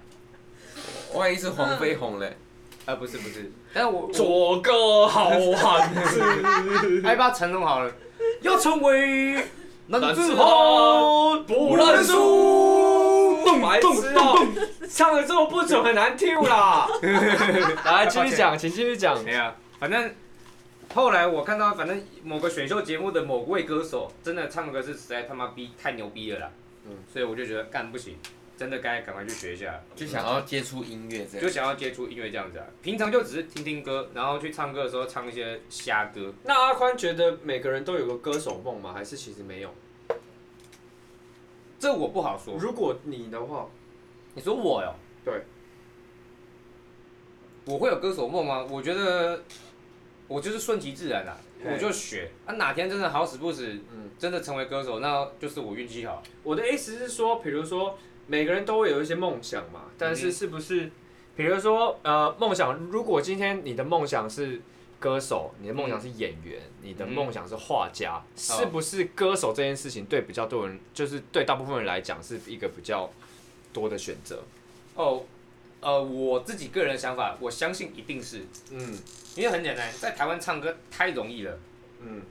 B: 万一是黄飞鸿嘞？
A: 嗯
E: 呃，不是不是，但是我我
A: 左个好汉子， *laughs*
E: 哎，把成龙好了，要成 *laughs* 为男子汉
A: 汉
E: 不
A: 不
E: 认
A: 认
E: 输，
A: 动白痴哦，唱的这么不准，很难听啦。 *laughs* 来，继续讲，请继续讲。
E: 哎呀，反正后来我看到，反正某个选秀节目的某位歌手，真的唱歌是实在他妈逼太牛逼了啦。
A: 嗯
E: 所以我就觉得干不行，真的该赶快去学一下，
B: 就想要接触音乐这
E: 就
B: 样。
E: 想要接触音乐这样子啊。平常就只是听听歌，然后去唱歌的时候唱一些瞎歌。
A: 那阿宽觉得每个人都有个歌手梦吗？还是其实没有？
E: 这我不好说。
A: 如果你的话，
E: 你说我哟？
A: 对。
E: 我会有歌手梦吗？我觉得我就是顺其自然啦、
A: 嘿
E: 我就学。啊，哪天真的好死不死，
A: 嗯，
E: 真的成为歌手，那就是我运气好。
A: 我的意思是说，比如说每个人都会有一些梦想嘛，但
E: 嗯
A: 是是不是，比如说呃，梦想，如果今天你的梦想是歌手，你的梦想是演员，你的
E: 嗯哦
A: 梦想是画家，是不是歌手这件事情对比较多人，就是对大部分人来讲是一个比较多的选择？
E: 哦，呃，我自己个人的想法，我相信一定是，
A: 嗯
E: 因为很简单，在台湾唱歌太容易了。
A: 嗯，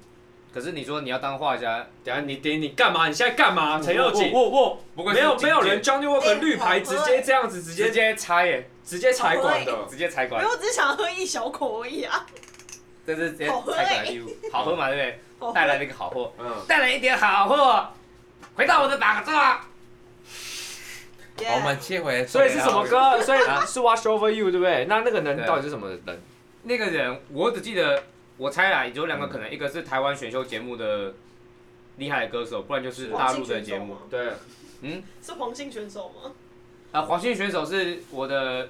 E: 可是你说你要当画家，
A: 等下你点你干嘛？你现在干嘛？陈佑锦，
E: 我我不过
A: 没有没有人 Johnny Walker
C: 哎
A: 绿牌直接这样子直
E: 直
A: 接
E: 接拆耶，
A: 直接裁管的。
E: 直接拆
C: 没
E: 管
C: 有，，我只是想喝一小口而已啊。
E: 这是直接
C: 好喝
E: 拆管的礼物，好喝嘛，对不
C: 好
E: 对？
C: 喝
E: 带来了一个好货，
A: 嗯，
E: 带来一点好货，回到我的啊宝座。
B: 好，我们切回来。啊
A: 所以是什么歌？所以是 Watch Over You，对不对？那那个人
E: 对
A: 到底是什么人？
E: 啊那个人，我只记得我猜啦，也就两个可能，一个是台湾选秀节目的厉害的歌手，不然就是大陆的节目。
C: 啊黄姓选手吗
A: 对，
C: 是黄姓选手吗？
E: 啊，黄姓选手是我的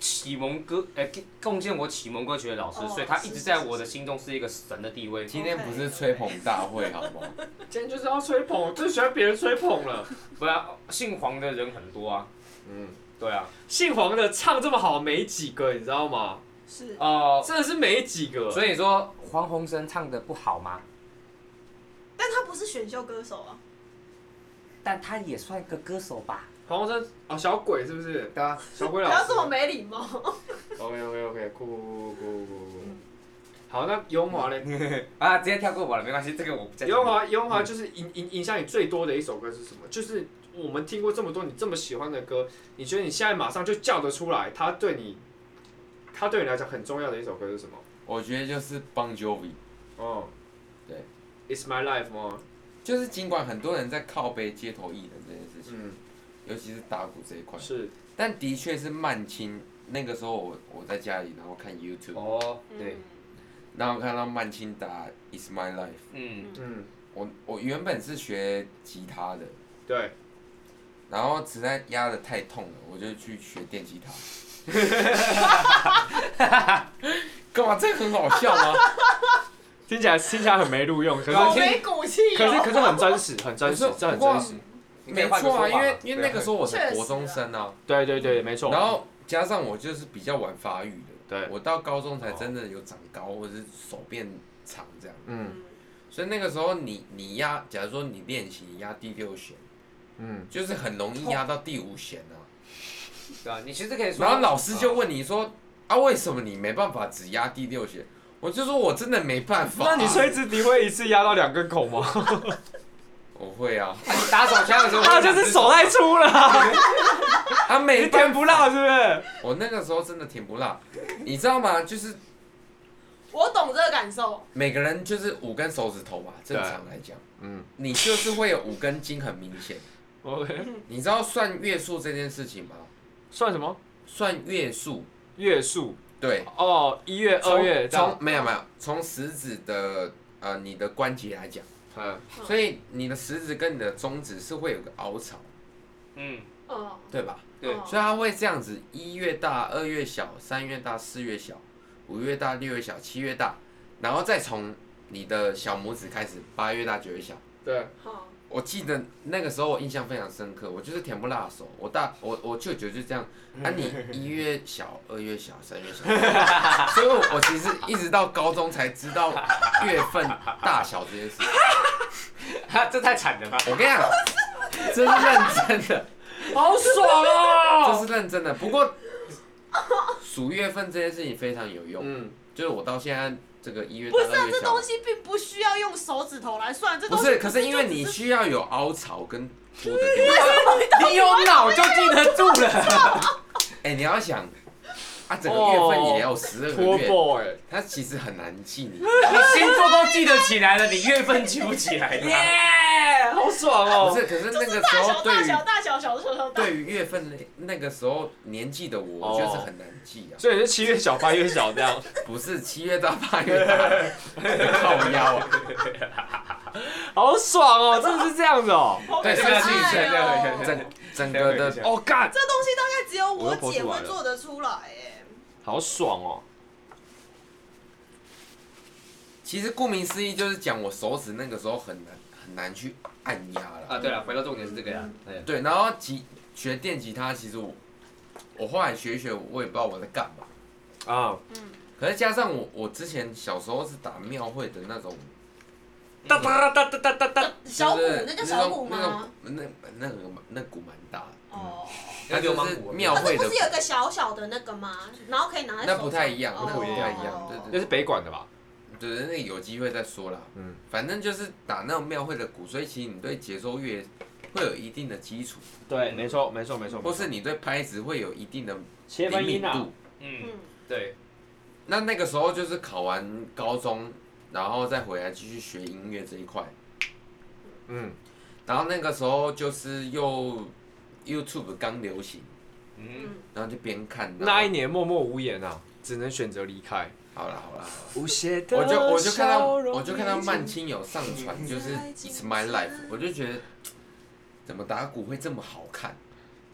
E: 启蒙歌，哎、贡献我启蒙歌曲的老师，
C: 哦
E: 所以他一直在
C: 是是
E: 我的心中是一个神的地位。
B: 今天不是吹捧大会，好不好？
A: 今天就是要吹捧，我最喜欢别人吹捧了。
E: 不要、姓黄的人很多啊，
A: 嗯，
E: 对啊，
A: 姓黄的唱这么好没几个，你知道吗？
C: 是
E: 哦、
A: 真的是没几个。
E: 所以说黄鸿升唱的不好吗？
C: 但他不是选秀歌手啊，
E: 但他也算个歌手吧？
A: 黄鸿升啊，小鬼是不是？
E: 对啊，
A: 小鬼
C: 不
A: 老
C: 要
A: 师
C: 这。么没礼貌。
A: OK OK OK，酷酷酷酷酷酷。好，那雍华嘞？
E: 啊，直接跳过我了，没关系，这个我不在。
A: 雍华，雍华就是影影影响你最多的一首歌是什么？就是我们听过这么多你这么喜欢的歌，你觉得你现在马上就叫得出来，它对你，它对你来讲很重要的一首歌是什么？
B: 我觉得就是 Bon Jovi，
A: 哦，
B: 对
A: ，It's My Life 吗？
B: 就是尽管很多人在靠背街头艺人这件事情，
A: 嗯，
B: 尤其是打鼓这一块，
A: 是
B: 但的确是慢青。那个时候我我在家里，然后看 YouTube，
A: 哦，
E: 对
C: 嗯，
B: 然后看到慢青打 Is My Life，
E: 嗯，
A: 嗯，
B: 我我原本是学吉他的，
A: 对，
B: 然后实在压的太痛了，我就去学电吉他。 *laughs* 干嘛？这个很好笑吗？
A: 听起来听起来很没录
B: *laughs*
A: 用，可
C: 好
A: 是
C: 没骨气
A: 可是
C: 哦。
A: 可是很真实，很真实
B: 不，是
A: 这很
B: 不过
A: 真
E: 嗯
A: 实。
E: 你 *laughs* 可以
B: 没
E: 换个
B: 错
E: 说
B: 啊，
E: 法
B: 因
E: 嘛
B: 为因为那个时候我是
C: 确实啊
B: 国中生啊，
A: 对对对，没错。
B: 然后加上我就是比较晚发育的，
A: 对，
B: 我到高中才真的有长高或者是手变长这样，
A: 嗯
C: 嗯
B: 所以那个时候你你压，假如说你练习压第六弦，
A: 嗯，哦
B: 就是很容易压到第五弦啊，
E: 对啊，你其实可以说，
B: 然后老师就问你说啊，为什么你没办法只压第六弦？我就说我真的没办法、
A: 那你吹直笛会一次压到两根孔吗？
B: 我
A: *laughs*
B: 会啊，
E: 打手
B: *laughs*
E: 枪的时候，
A: 啊，就是手太粗了，
B: 啊没
A: 你
B: 办
A: 点不辣是不是？
B: 我那个时候真的挺不辣，你知道吗？就是
C: 我懂这个感受，
B: 每个人就是五根手指头吧，正常来讲，
A: 嗯
B: 你就是会有五根筋很明显。
A: ，OK，
B: 你知道算月数这件事情吗？
A: 算什么？
B: 算月数，
A: 月数
B: 对，
A: 哦，一月、
B: 从
A: 二月这样
B: 从。没有没有，从食指的呃你的关节来讲，
A: 嗯，
C: 嗯
B: 所以你的食指跟你的中指是会有个凹槽，
E: 嗯，
C: 嗯，
B: 对吧？
E: 对
C: 嗯
B: 所以它会这样子，一月大，二月小，三月大，四月小，五月大，六月小，七月大，然后再从你的小拇指开始，八月大，九月小。
A: 对，
C: 好，
B: 我记得那个时候我印象非常深刻，我就是甜不辣手，我大我我舅舅就这样，啊你一月小，二月小，三月小， *laughs* 所以我我其实一直到高中才知道月份大小这件事。
E: 哈啊这太惨了吧？ *laughs*
B: 我跟你讲，这是认真的，
A: 好爽哦。
B: 这是认真的。不过数月份这件事情非常有用，
A: 嗯，
B: 就是我到现在这个一月
C: 不
B: 到
C: 是啊
B: 二，月
C: 这
B: 小
C: 东，西并不需要用手指头来算，这
B: 不
C: 东西
B: 是，可是因为
C: 就只
B: 你
C: 是
B: 需要有凹槽跟凸的地
C: *laughs*
B: 方。
E: *laughs* 你有脑就记得住了。
B: *laughs* 哎、你要想啊，整个月份也有十二个
A: 脱
B: 月，
A: boy，
B: 它其实很难记
C: *laughs*
B: 你。
E: 你星座都记得起来了，你月份记不
B: *laughs*
E: 起来了。
A: 耶，好爽
B: 不
A: 哦。
B: 是，可是
C: 就
B: 那
C: 是
B: 个
C: 大
B: 时
C: 小
B: 候对
C: 大
B: 于
C: 小大小小小小大，
B: 对于月份那那个时候年纪的我，
A: 哦
B: 我觉得是很难记啊。
C: 哦
A: 所以你是七月小，八月小这
B: *laughs*
A: 样，
B: 不是七月到八月大，
C: *laughs*
B: 靠腰啊！
A: 好爽哦，真的是这样子
B: *laughs*
A: 哦。
C: 好可
B: 对，啊这
C: 爱
E: 个
B: 个
E: 是
B: 是
E: 以前的以前
C: 哦
E: 的。
B: 整整个的
A: 哦干，
C: 这东西大概只有
A: 我
C: 我
A: 又剖
C: 姐
A: 出来
C: 会
A: 了
C: 做得出来，哎，
A: 好爽哦。
B: 其实顾名思义就是讲我手指那个时候很难很难去按压了。
E: 啊，对了，回到重点是这个呀。对，
B: 对，然后吉学电吉他，其实我我后来学一学，我也不知道我在干嘛。
A: 啊，
C: 嗯，
B: 可是加上我我之前小时候是打庙会的那种
A: 哒哒哒哒哒哒哒。
C: 小鼓
B: 就是
C: 那叫小鼓吗？
B: 那种那那个那鼓蛮大的，
C: 哦，
B: 它
E: 流
B: 就
E: 氓
B: 是
E: 鼓
B: 庙
C: 可
B: 会
C: 是
B: 的
C: 不是有个小小的那个吗？然后可以拿在手
B: 那
C: 上
B: 不太一样，
C: 哦
B: 那不太一样，
C: 哦
A: 那
B: 对
A: 是
B: 对
A: 北管的吧？
B: 对，对那有机会再说啦。
A: 嗯，
B: 反正就是打那种庙会的鼓，所以其实你对节奏乐会有一定的基础，
A: 对，没错，没错，没错。
B: 或是你对拍子会有一定的
A: 切
B: 灵敏度。
E: 嗯，
C: 嗯，
E: 对，
B: 那那个时候就是考完高中，然后再回来继续学音乐这一块，
A: 嗯，
B: 然后那个时候就是又 YouTube 刚流行，
E: 嗯，
B: 然后就边看，然后
A: 那一年默默无言啊，只能选择离开。
B: 好啦好啦，
D: 无邪的
B: 我就我就看到
D: 笑容
B: 我就看到曼青有上传，就是 It's My Life，我就觉得怎么打鼓会这么好看？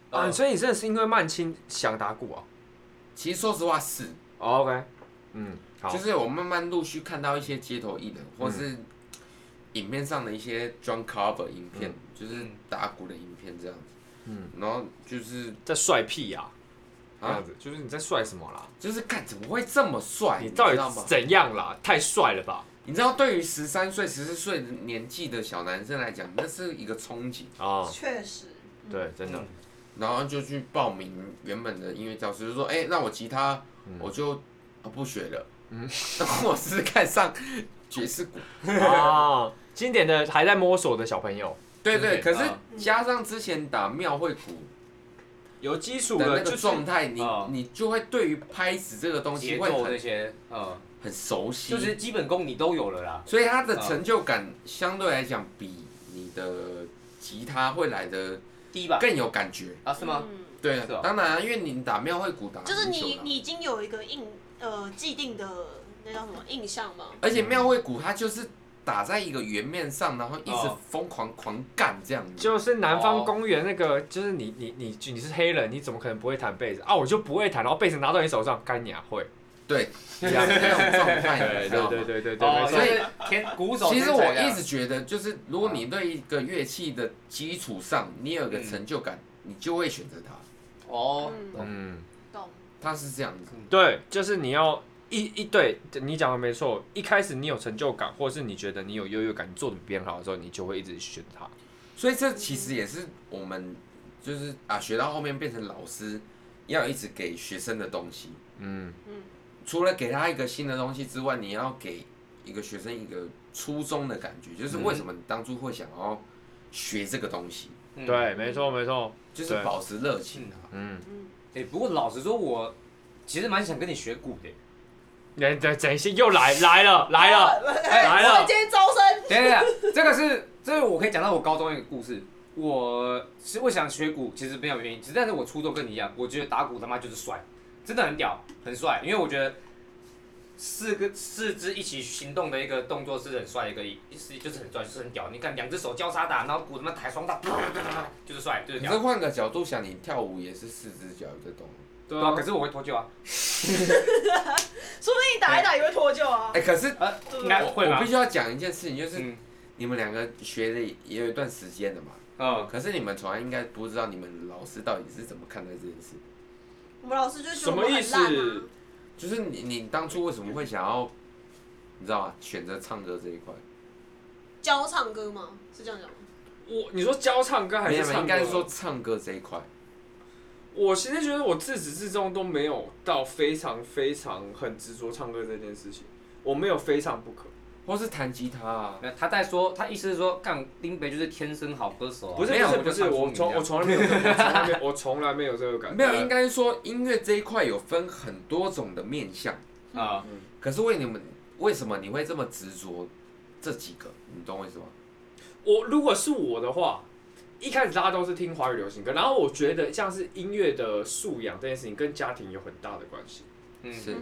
A: 啊，所以你真的是因为曼青想打鼓啊、
B: 其实说实话是，
A: 哦、？OK，嗯，好，嗯
B: 就是我慢慢陆续看到一些街头艺人，或是影片上的一些 drum cover 影片，就是打鼓的影片这样子。
A: 嗯嗯
B: 嗯，然后就是
A: 在帅屁呀、这
B: 啊
A: 样，子，就是你在帅什么啦？
B: 就是干怎么会这么帅？
A: 你
B: 你
A: 到
B: 知道
A: 底
B: 吗？
A: 怎样啦？太帅了吧？
B: 你知道对于十三岁、十四岁的年纪的小男生来讲，那是一个冲击。
A: 啊、
C: 确实，嗯
A: 对，真
E: *laughs*
A: 的，
B: 然后就去报名原本的音乐教室，就说：“哎、那我吉他我就、啊不学了，嗯，那 *laughs* 我试试看上爵士鼓。
A: *laughs* 啊，经典的还在摸索的小朋友，
B: 对
A: 嗯
B: 对，可是
E: 啊
B: 加上之前打庙会鼓
E: 有基础
B: 的那
E: 了，
B: 个
E: 就
B: 状态，你
E: 啊
B: 你就会对于拍子这个东西
E: 节
B: 会
E: 奏那
B: 很
E: 些，嗯，
B: 很熟悉，
E: 就是基本功你都有了啦。
B: 所以他的成就感相对来讲比你的吉他会来的
E: 低吧？
B: 更有感觉。
E: 啊，是吗？
C: 嗯
B: 对
E: 是哦
B: 啊，当然啊，因为你打庙会鼓打
C: 就是
B: 很久
C: 你
B: 了
C: 你已经有一个印呃既定的那叫什么印象吗？
B: 而且庙会鼓它就是打在一个圆面上，然后一直
E: 哦
B: 疯狂狂干这样子。
A: 就是南
B: 哦
A: 方公园那个，就是你你你你是黑人，你怎么可能不会弹贝斯啊？我就不会弹，然后贝斯拿到你手上，干你啊会，
B: 对，这样那种状态，你
A: 对
B: 知道
A: 对
B: 吗
A: 对？对对对，
E: 哦，
A: 没错
E: 所以天鼓手
B: 其
E: 天才
B: 实
E: 这
B: 我
E: 样。
B: 一直觉得，就是如果你对一个乐器的基础上，你有一个成就感，你就会选择它。
E: 哦，
C: 嗯，
A: 嗯，
C: 懂。
B: 它是这样子，
A: 对，就是你要一一对，你讲的没错，一开始你有成就感，或是你觉得你有优越感，你做的比别人好的时候，你就会一直选它。
B: 所以这其实也是我们就是啊，学到后面变成老师要一直给学生的东西。
A: 嗯，
B: 除了给他一个新的东西之外，你要给一个学生一个初衷的感觉，就是为什么你当初会想要学这个东西，
E: 嗯
A: 对，没错没错，
B: 就是保持热情啊。
A: 嗯，
E: 哎、不过老实说，我其实蛮想跟你学鼓的。
A: 来等等一下，又来来了来了，来了
C: 我们今天招生，
E: 等一下， *laughs* 这个是这个我可以讲到我高中一个故事。我其实我想学鼓，其实没有原因，只是但是我初中跟你一样，我觉得打鼓他妈就是帅，真的很屌，很帅。因为我觉得四个四肢一起行动的一个动作是很帅的一个，是就是很帅，就是很屌。你看两只手交叉打，然后鼓他妈抬双大，啪啪啪啪啪就是帅，就是
B: 可是
E: 屌。
B: 换个角度想，你跳舞也是四只脚一个动。
E: 对啊，可是我会脱臼啊。
C: 说不定打一打也会脱臼啊。
B: 哎、可是
E: 呃，
C: 对
E: 应该
B: 我
E: 会
B: 我
E: 吧
B: 必？须要讲一件事情，就是
E: 嗯
B: 你们两个学的也有一段时间了嘛，
E: 嗯，
B: 可是你们从来应该不知道你们老师到底是怎么看待这件事。
C: 我们老师就觉
A: 什
C: 得我
A: 么
C: 们
A: 意
C: 很
A: 思
C: 烂啊。
B: 就是你你当初为什么会想要，你知道吗？选择唱歌这一块，
C: 教唱歌吗？是这样讲吗？
A: 我你说教唱歌还
B: 没
A: 是
B: 有，没
A: 唱
B: 有
A: 歌？啊
B: 应该是说唱歌这一块。
A: 我其实觉得我自始至终都没有到非常非常很执着唱歌这件事情，我没有非唱不可。
B: 或是弹吉他啊。
E: 那他在说，他意思是说，干林北就是天生好歌手啊、
A: 不是
B: 没有
A: 不是不是，
E: 我
A: 我
E: 就唱
A: 从
E: 出
A: 我
E: 名
A: 从来没有这个，我从来没有我从来没有这个感觉。
B: 没 *laughs* 有，应该说音乐这一块有分很多种的面向，
E: 啊、
B: 可是为你们为什么你会这么执着这几个？你懂我意思吗？
A: 我如果是我的话，一开始大家都是听华语流行歌，然后我觉得像是音乐的素养这件事情跟家庭有很大的关系。
E: 嗯
B: 是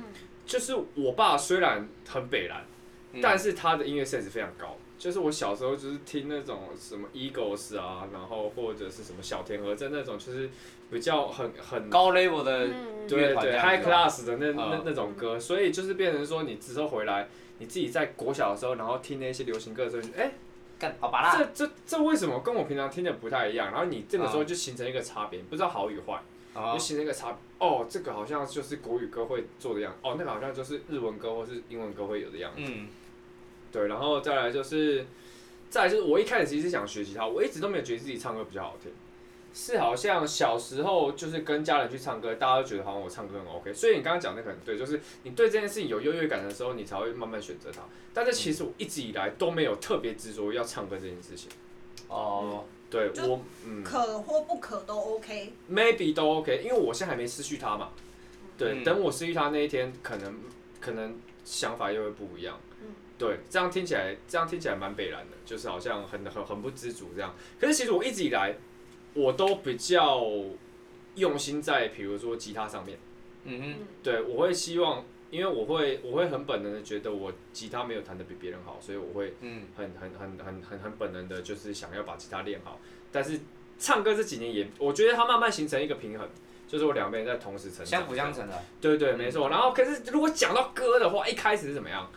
A: 就是我爸虽然很北蓝，
E: 嗯
A: 但是他的音乐 sense 非常高。就是我小时候就是听那种什么 Eagles 啊，然后或者是什么小天鹅镇那种，就是比较很很
E: 高 level 的
C: 嗯，
A: 对对
E: 乐团这样子啊
A: high class 的那那
E: 嗯
A: 那种歌，所以就是变成说你之后回来，你自己在国小的时候，然后听那些流行歌的时候，你就哎、
E: 干好吧啦，
A: 这这这为什么跟我平常听的不太一样？然后你这个时候就形成一个差别，你不知道好与坏，
E: 啊
A: 就形成一个差别。哦，这个好像就是国语歌会做的样子，哦，那个好像就是日文歌或是英文歌会有的样子。
E: 嗯
A: 对，然后再来就是，再来就是我一开始其实想学吉他，我一直都没有觉得自己唱歌比较好听，是好像小时候就是跟家人去唱歌，大家都觉得好像我唱歌很 OK，所以你刚刚讲那个很对，就是你对这件事情有优越感的时候，你才会慢慢选择它。但是其实我一直以来都没有特别执着要唱歌这件事情。
E: 哦，
A: 对
C: 就
A: 我，嗯
C: 可或不可都 OK。
A: ，maybe 都 OK，因为我现在还没失去它嘛。对，
E: 嗯
A: 等我失去它那一天，可能可能想法又会不一样。
C: 嗯
A: 对，这样听起来，这样听起来蛮北然的，就是好像很很很不知足这样。可是其实我一直以来，我都比较用心在，比如说吉他上面。
E: 嗯
C: 嗯
A: 对，我会希望因为我会我会很本能的觉得我吉他没有弹的比别人好，所以我会
E: 嗯，
A: 很很很很很很本能的，就是想要把吉他练好。但是唱歌这几年也，我觉得它慢慢形成一个平衡，就是我两边在同时成长，
E: 相辅相成的。
A: 对对，没错。然后可是如果讲到歌的话，一开始是怎么样？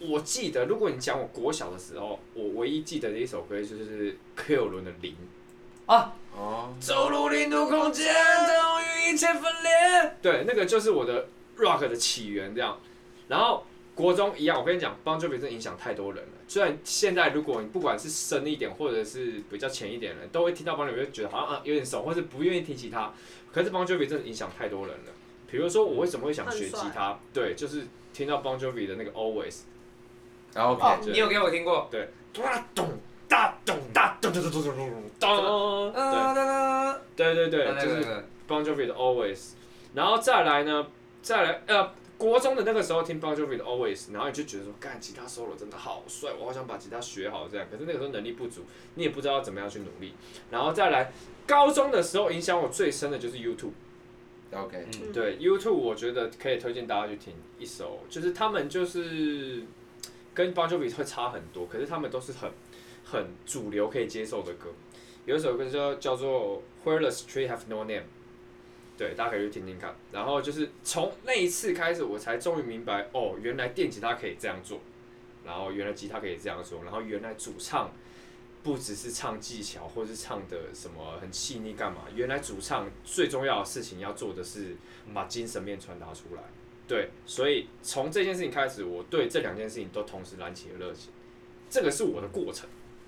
A: 我记得，如果你讲我国小的时候，我唯一记得的一首歌就是 Q 伦的《零》。
E: 啊
B: 哦，
A: 走入零度空间，等于一切分裂。对，那个就是我的 rock 的起源，这样。然后国中一样，我跟你讲，Bon Jovi 真的影响太多人了。虽然现在如果你不管是深一点，或者是比较浅一点的人，都会听到 Bon Jovi 就觉得好像啊有点熟，或是不愿意听吉他。可是 Bon Jovi 真的影响太多人了。比如说，我为什么会想学吉他？对，就是听到 Bon Jovi 的那个 Always，
B: 然
A: 哦
B: 后啊 OK，
E: 哦你有给我听过？
A: 哒咚哒咚哒咚咚咚咚咚咚咚咚，
E: 呃，
A: 对对对对，
E: 那
A: 就是
E: 个
A: Bon Jovi 的 Always，然后再来呢，再来呃，国中的那个时候听 Bon Jovi 的 Always，然后你就觉得说，干吉他 solo 真的好帅，我好想把吉他学好这样。可是那个时候能力不足，你也不知道怎么样去努力。然后再来，高中的时候影响我最深的就是 YouTube，
B: OK，
C: 嗯
A: 对 YouTube，我觉得可以推荐大家去听一首，就是他们就是跟 Bon Jovi 会差很多，可是他们都是很很主流可以接受的歌。有一首歌叫叫做《Where the Street Have No Name》，对，大家可以去听听看。然后就是从那一次开始，我才终于明白，哦，原来电吉他可以这样做，然后原来吉他可以这样做，然后原来主唱不只是唱技巧或是唱的什么很细腻干嘛，原来主唱最重要的事情要做的是把精神面传达出来。对，所以从这件事情开始，我对这两件事情都同时燃起了热情，这个是我的过程。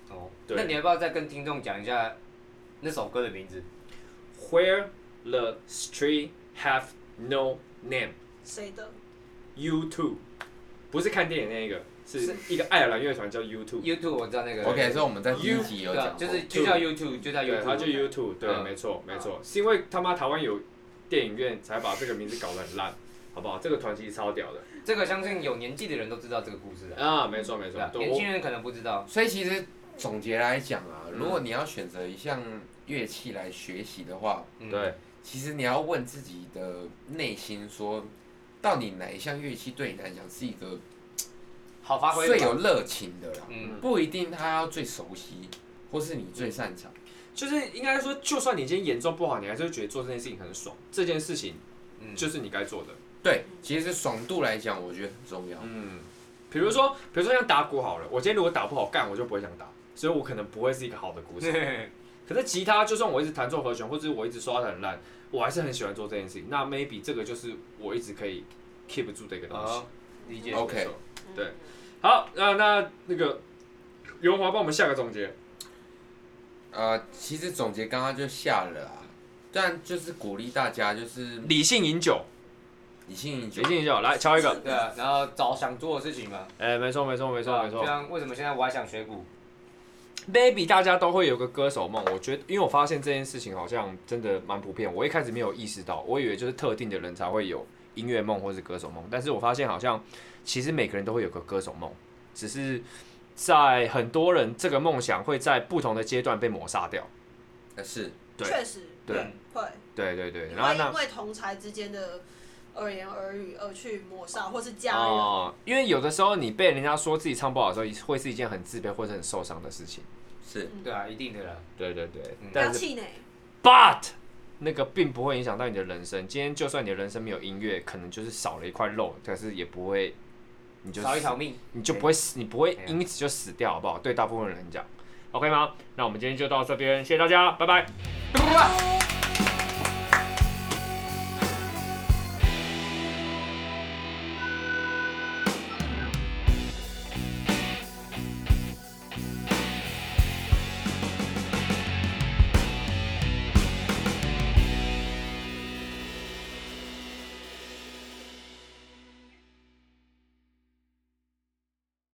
E: 哦，
A: 对
E: 那你要不要再跟听众讲一下那首歌的名字？
A: Where the street have no name,
C: 谁的？
A: you too，不是看电影那一个，是一个爱尔兰乐团叫 you too，
E: YouTube 我知道那个
B: OK，所以我们在第一集有
E: 对
B: 讲
E: 啊，
B: 过，
E: 就是就叫 YouTube，就叫
A: 哦对，
E: YouTube，
A: 它就 you too，对，
E: 嗯
A: 没错没错，是因为他妈台湾有电影院才把这个名字搞得很烂，好不好？这个团其实超屌的
E: 这个相信有年纪的人都知道这个故事的，
A: 啊，没错没错
E: 对，吧？
A: 对
E: 年
A: 我
E: 轻人可能不知道。
B: 所以其实总结来讲啊，
A: 嗯
B: 如果你要选择一项乐器来学习的话，
E: 嗯，
A: 对，
B: 其实你要问自己的内心说，到底哪一项乐器对你来讲是一个
E: 好发挥吧。
B: 最有热情的啦？
E: 嗯，
B: 不一定他要最熟悉，或是你最擅长。
A: 就是应该说，就算你今天演奏不好，你还是会觉得做这件事情很爽，这件事情
E: 嗯
A: 就是你该做的。
B: 对，其实爽度来讲，我觉得很重要。
A: 嗯，比如说，比如说像打鼓好了，我今天如果打不好干，我就不会想打，所以我可能不会是一个好的
B: *laughs*
A: 鼓手。可是吉他，就算我一直弹奏和弦，或者是我一直刷的很烂，我还是很喜欢做这件事情。那 maybe 这个就是我一直可以 keep 住的一个东西。
E: 好，理解。
B: 哦 OK
A: 没错对好，那那那个刘华帮我们下个总结。
B: 呃，其实总结刚刚就下了啦，但就是鼓励大家就是
A: 理性饮酒，
B: 理性饮酒
A: 理。性饮酒，来敲一个。
E: 对啊，然后找想做的事情嘛。
A: 哎、没错没错没
E: 没
A: 错没错
E: 就。像为什么现在我还想学鼓？
A: maybe 大家都会有个歌手梦，我觉得，因为我发现这件事情好像真的蛮普遍。我一开始没有意识到，我以为就是特定的人才会有音乐梦或是歌手梦，但是我发现好像其实每个人都会有个歌手梦，只是在很多人这个梦想会在不同的阶段被抹杀掉。
B: 呃，是
A: 对
C: 确实
A: 对
C: 会，
A: 对对对，
C: 你
A: 然后
C: 会
A: 那
C: 因为同才之间的耳言耳语而去抹杀，或是家人。
A: 哦、因为有的时候你被人家说自己唱不好的时候，会是一件很自卑或者很受伤的事情。
B: 是，
E: 对啊，一定的啦。
A: 对对对，
E: 嗯
C: 嗯不要
A: 但是
C: 气馁，
A: But 那个并不会影响到你的人生。今天就算你的人生没有音乐，可能就是少了一块肉，可是也不会，你就
E: 少一条命。
A: 你就不会死，你不会
E: 哎呀
A: 因此就死掉，好不好？对大部分人讲，OK 吗？那我们今天就到这边，谢谢大家，拜拜。
C: 拜拜。